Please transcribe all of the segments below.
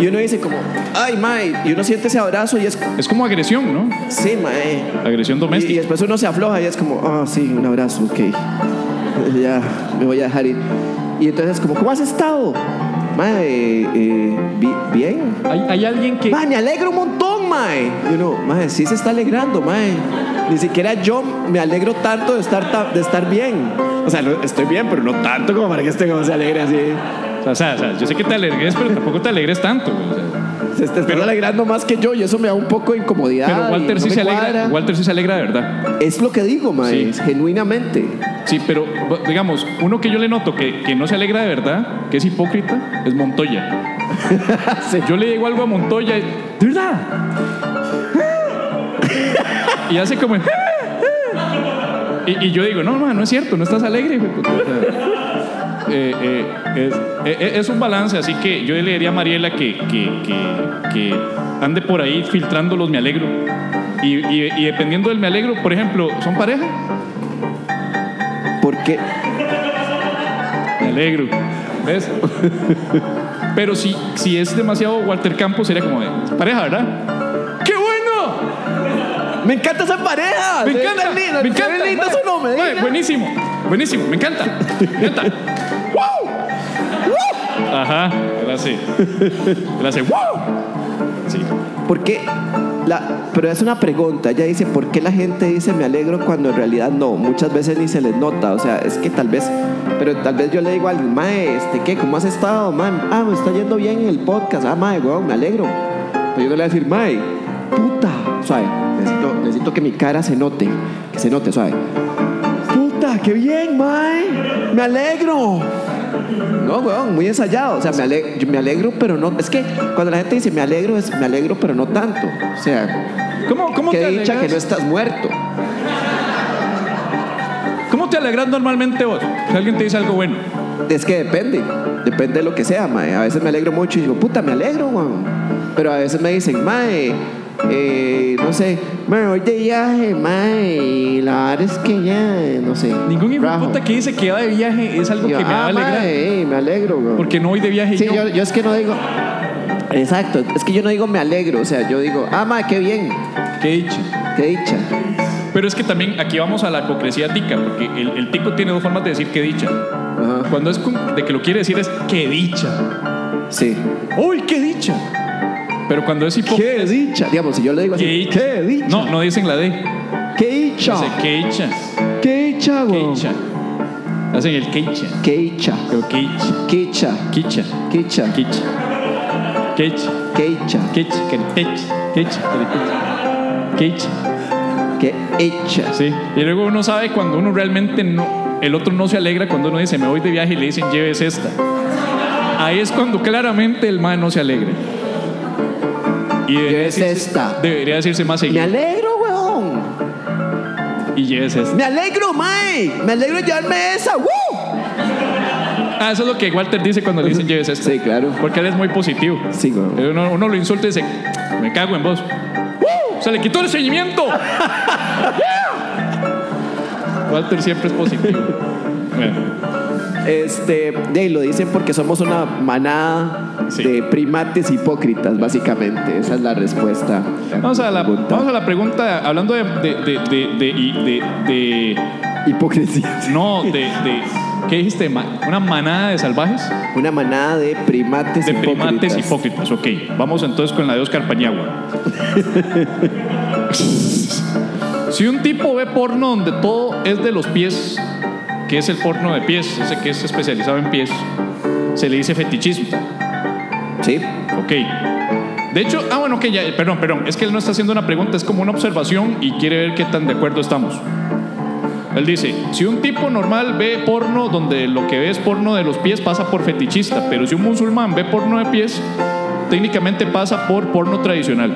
Y uno dice como, ay, mae. Y uno siente ese abrazo y es, Es como agresión, ¿no? sí, mae. Agresión Y, y doméstica. después uno se afloja y es como, ah, sí, un abrazo, ok. Ya, me voy a dejar ir. Y entonces es como, ¿cómo has estado? Mae, eh, bi- bien. Hay, hay alguien que. Mae, me alegro un montón, mae. Y uno, mae, sí se está alegrando, mae. Ni siquiera yo me alegro tanto de estar, ta- de estar bien. O sea, no- estoy bien, pero no tanto como para que este como se alegre así. O sea, o sea, yo sé que te alegres, pero tampoco te alegres tanto. güey, o sea. Se está Pero- alegrando más que yo y eso me da un poco de incomodidad. pero y Walter no sí me se alegra. cuadra. Walter sí se alegra de verdad. Es lo que digo, mae, Sí. genuinamente. Sí, pero bu- digamos, uno que yo le noto que, que no se alegra de verdad, que es hipócrita, es Montoya. Sí. Yo le digo algo a Montoya y. ¡De verdad! y hace como. y, y yo digo, no, man, no es cierto, no estás alegre. hijo de puta". O sea, eh, eh, es, eh, eh, es un balance, así que yo le diría a Mariela que, que, que- que ande por ahí filtrando los me alegro. Y, y- y dependiendo del me alegro, por ejemplo, ¿son pareja? Porque Me alegro. ¿Ves? Pero si, si es demasiado Walter Campos, sería como de pareja, ¿verdad? ¡Qué bueno! Me encanta esa pareja. ¡Me Se ve encanta! tan linda, se ¡Me ve encanta! linda mae, su nombre, mae, Dina. buenísimo, buenísimo, me encanta. Me encanta. ¡Wow! Ajá, gracias. Gracias. ¡Wow! Sí. ¿Por qué? La, pero es una pregunta. Ella dice, ¿por qué la gente dice me alegro cuando en realidad no? Muchas veces ni se les nota. O sea, es que tal vez, pero tal vez yo le digo al mae, este, ¿qué? ¿Cómo has estado, mae? Ah, me está yendo bien en el podcast. Ah, mae, weón, me alegro. Pero yo no le voy a decir, mae, puta. Suave, necesito, necesito que mi cara se note. Que se note, suave. Puta, qué bien, mae. Me alegro. No, weón, muy ensayado. O sea, me, ale- yo me alegro, pero no. Es que cuando la gente dice me alegro, es me alegro, pero no tanto. O sea, ¿Cómo, cómo que te dicha alegras? que no estás muerto. ¿Cómo te alegras normalmente vos? Si alguien te dice algo bueno. Es que depende, depende de lo que sea, mae. A veces me alegro mucho y digo, puta, me alegro, weón. Pero a veces me dicen, mae, eh, no sé, me voy de viaje, mae, y la verdad es que ya, no sé. Ningún hijo de rajo. puta que dice que va de viaje es algo Y yo, que me va a ah, alegrar. mae, ey, me alegro, weón. Porque no voy de viaje Sí, yo. yo, yo es que no digo. Exacto, es que yo no digo me alegro, o sea, yo digo, ah, mae, qué bien, Qué dicho. qué dicha. Pero es que también aquí vamos a la hipocresía tica, porque el, el tico tiene dos formas de decir que dicha. Ajá, Cuando es con- de que lo quiere decir es que dicha. sí. ¡Uy, qué dicha! Pero cuando es hipocresía. Qué dicha. Digamos, si yo le digo así, ¿Qué dicha? No, no dicen la D. qué dicha, Dicen que dicha. qué dicha, Que weón. dicha. Hacen el que dicha. Qué dicha, Pero que dicha. qué dicha, Quicha. qué dicha, Quicha. Quicha. qué dicha, Quicha. Quicha. Quicha. Quicha. qué dicha. Sí. Y luego uno sabe cuando uno realmente no. El otro no se alegra cuando uno dice, me voy de viaje y le dicen, lleves esta. Ahí es cuando claramente el man no se alegra. Y debería Lleves decirse- esta. Debería decirse más Me seguido. alegro, weón. Y lleves esta. Me alegro, mae. Me alegro de llevarme esa. ¡Woo! Ah, eso es lo que Walter dice cuando le dicen, lleves esta. Sí, claro. Porque él es muy positivo. Sí, weón. Uno, uno lo insulta y dice, me cago en vos. ¡Uh! ¡Se le quitó el seguimiento! Walter siempre es positivo. Bueno, Este, de ahí lo dicen porque somos una manada Sí. de primates hipócritas, básicamente. Esa es la respuesta. vamos, a la, pregunta. vamos a la pregunta, hablando de... de, de, de, de- y- de- de- Hipocresía. no, de, de- ¿Qué dijiste? Ma- ¿Una manada de salvajes? Una manada de primates De hipócritas. primates hipócritas, ok. Vamos entonces con la de Oscar Pañagua. si un tipo ve porno donde todo es de los pies, que es el porno de pies, ese que es especializado en pies, se le dice fetichismo, Sí. ok. De hecho, ah, bueno, ok, ya, perdón, perdón, es que él no está haciendo una pregunta, es como una observación y quiere ver qué tan de acuerdo estamos. Él dice, si un tipo normal ve porno donde lo que ve es porno de los pies pasa por fetichista, pero si un musulmán ve porno de pies, técnicamente pasa por porno tradicional.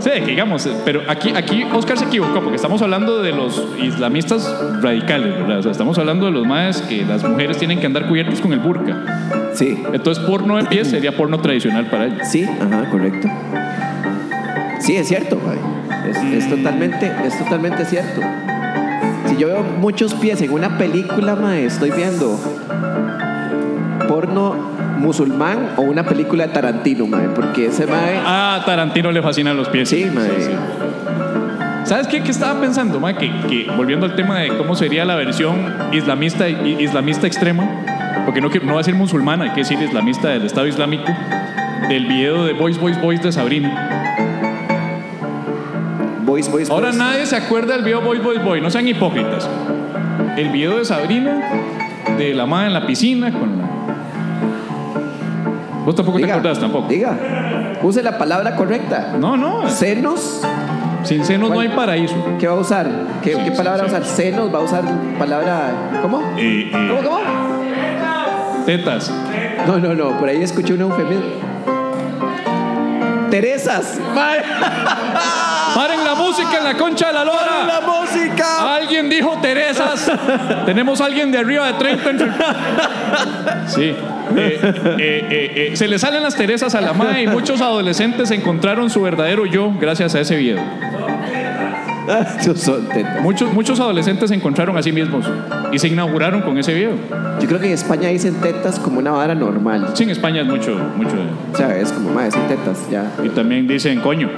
Sí, que digamos, eh, pero aquí, aquí Oscar se equivocó porque estamos hablando de los islamistas radicales, ¿verdad? O sea, estamos hablando de los más que las mujeres tienen que andar cubiertas con el burka. Sí. Entonces, porno de pies sería porno tradicional para ellos. Sí, ajá, correcto. Sí, es cierto, Javi. Es, es totalmente, es totalmente cierto. Si yo veo muchos pies en una película, mae, estoy viendo porno musulmán o una película de Tarantino, mae, porque ese mae... Ah, Tarantino le fascinan los pies. Sí, mae. ¿Sabes qué, qué estaba pensando, ma? Que, que volviendo al tema de cómo sería la versión islamista, i- islamista extrema, porque no, que- no va a ser musulmana, hay que decir islamista del Estado Islámico, del video de Boys, Boys, Boys de Sabrina. Voice, voice, Ahora voice. nadie se acuerda del video Boys, Boys, Boys, no sean hipócritas. El video de Sabrina, de la madre en la piscina, con la... Vos tampoco te acordás tampoco. Diga. Use la palabra correcta. No, no, Senos, sin senos no hay paraíso. ¿qué va a usar? ¿Qué, Sí, qué sí, palabra sí. va a usar? Senos, va a usar palabra... ¿Cómo? Eh, eh, ¿Cómo, cómo? Tetas. No, no, no, por ahí escuché un eufemismo. Teresas. Mae. ¡Paren la música en la concha de la lora! La música. Alguien dijo Teresas. Tenemos alguien de arriba de 30. en- Sí. Eh, eh, eh, eh, Se le salen las Teresas a la madre y muchos adolescentes encontraron su verdadero yo gracias a ese video. Esos son tetas. Muchos, muchos adolescentes se encontraron a sí mismos y se inauguraron con ese video. Yo creo que en España dicen tetas como una vara normal. Sí, en España es mucho, mucho. de- O sea, es como, mae, son tetas, ya. Y también dicen coño.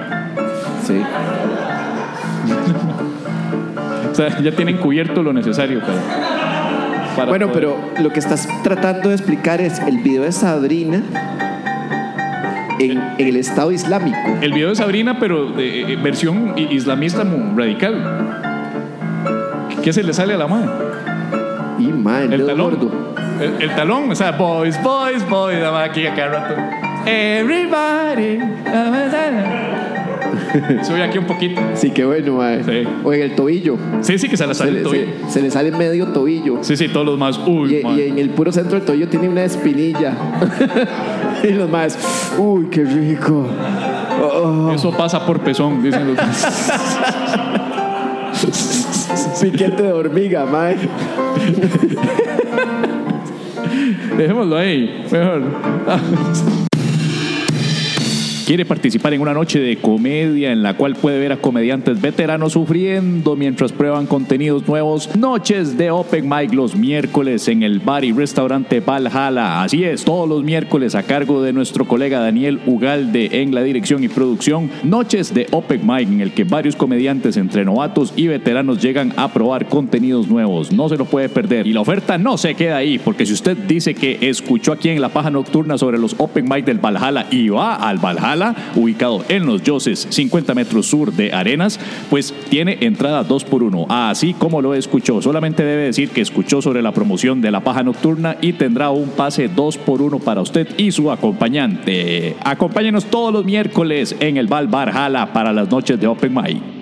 Sí. O sea, ya tienen cubierto lo necesario para. para Bueno, poder- pero lo que estás tratando de explicar es el video de Sabrina en, en el Estado Islámico. El video de Sabrina, pero de, eh, versión i- islamista mu- radical. ¿Qué se le sale a la madre? Y mae, el, El dedo talón. gordo. El, el talón, o sea, boys, boys, boys, nada más aquí a cada rato. Everybody. Sube aquí un poquito. Sí, qué bueno, mae. Sí. O en el tobillo. Sí, sí, que se la Se sale le, el tobillo. se- se le sale medio tobillo. Sí, sí, todos los más. Uy, Y, man. y en el puro centro del tobillo tiene una espinilla. y los más, uy, qué rico. Oh. Eso pasa por pezón, dicen los. Piquete de hormiga, mae. Dejémoslo ahí, mejor. ¿Quiere participar en una noche de comedia en la cual puede ver a comediantes veteranos sufriendo mientras prueban contenidos nuevos? Noches de Open Mic los miércoles en el bar y restaurante Valhalla. Así es, todos los miércoles a cargo de nuestro colega Daniel Ugalde en la dirección y producción. Noches de Open Mic en el que varios comediantes entre novatos y veteranos llegan a probar contenidos nuevos. No se lo puede perder. Y la oferta no se queda ahí, porque si usted dice que escuchó aquí en La Paja Nocturna sobre los Open Mic del Valhalla y va al Valhalla, ubicado en Los Yoses, 50 metros sur de Arenas, pues tiene entrada 2 por 1 Así como lo escuchó, solamente debe decir que escuchó sobre la promoción de La Paja Nocturna y tendrá un pase 2 por 1 para usted y su acompañante. Acompáñenos todos los miércoles en el Val Valhalla para las noches de Open Mic.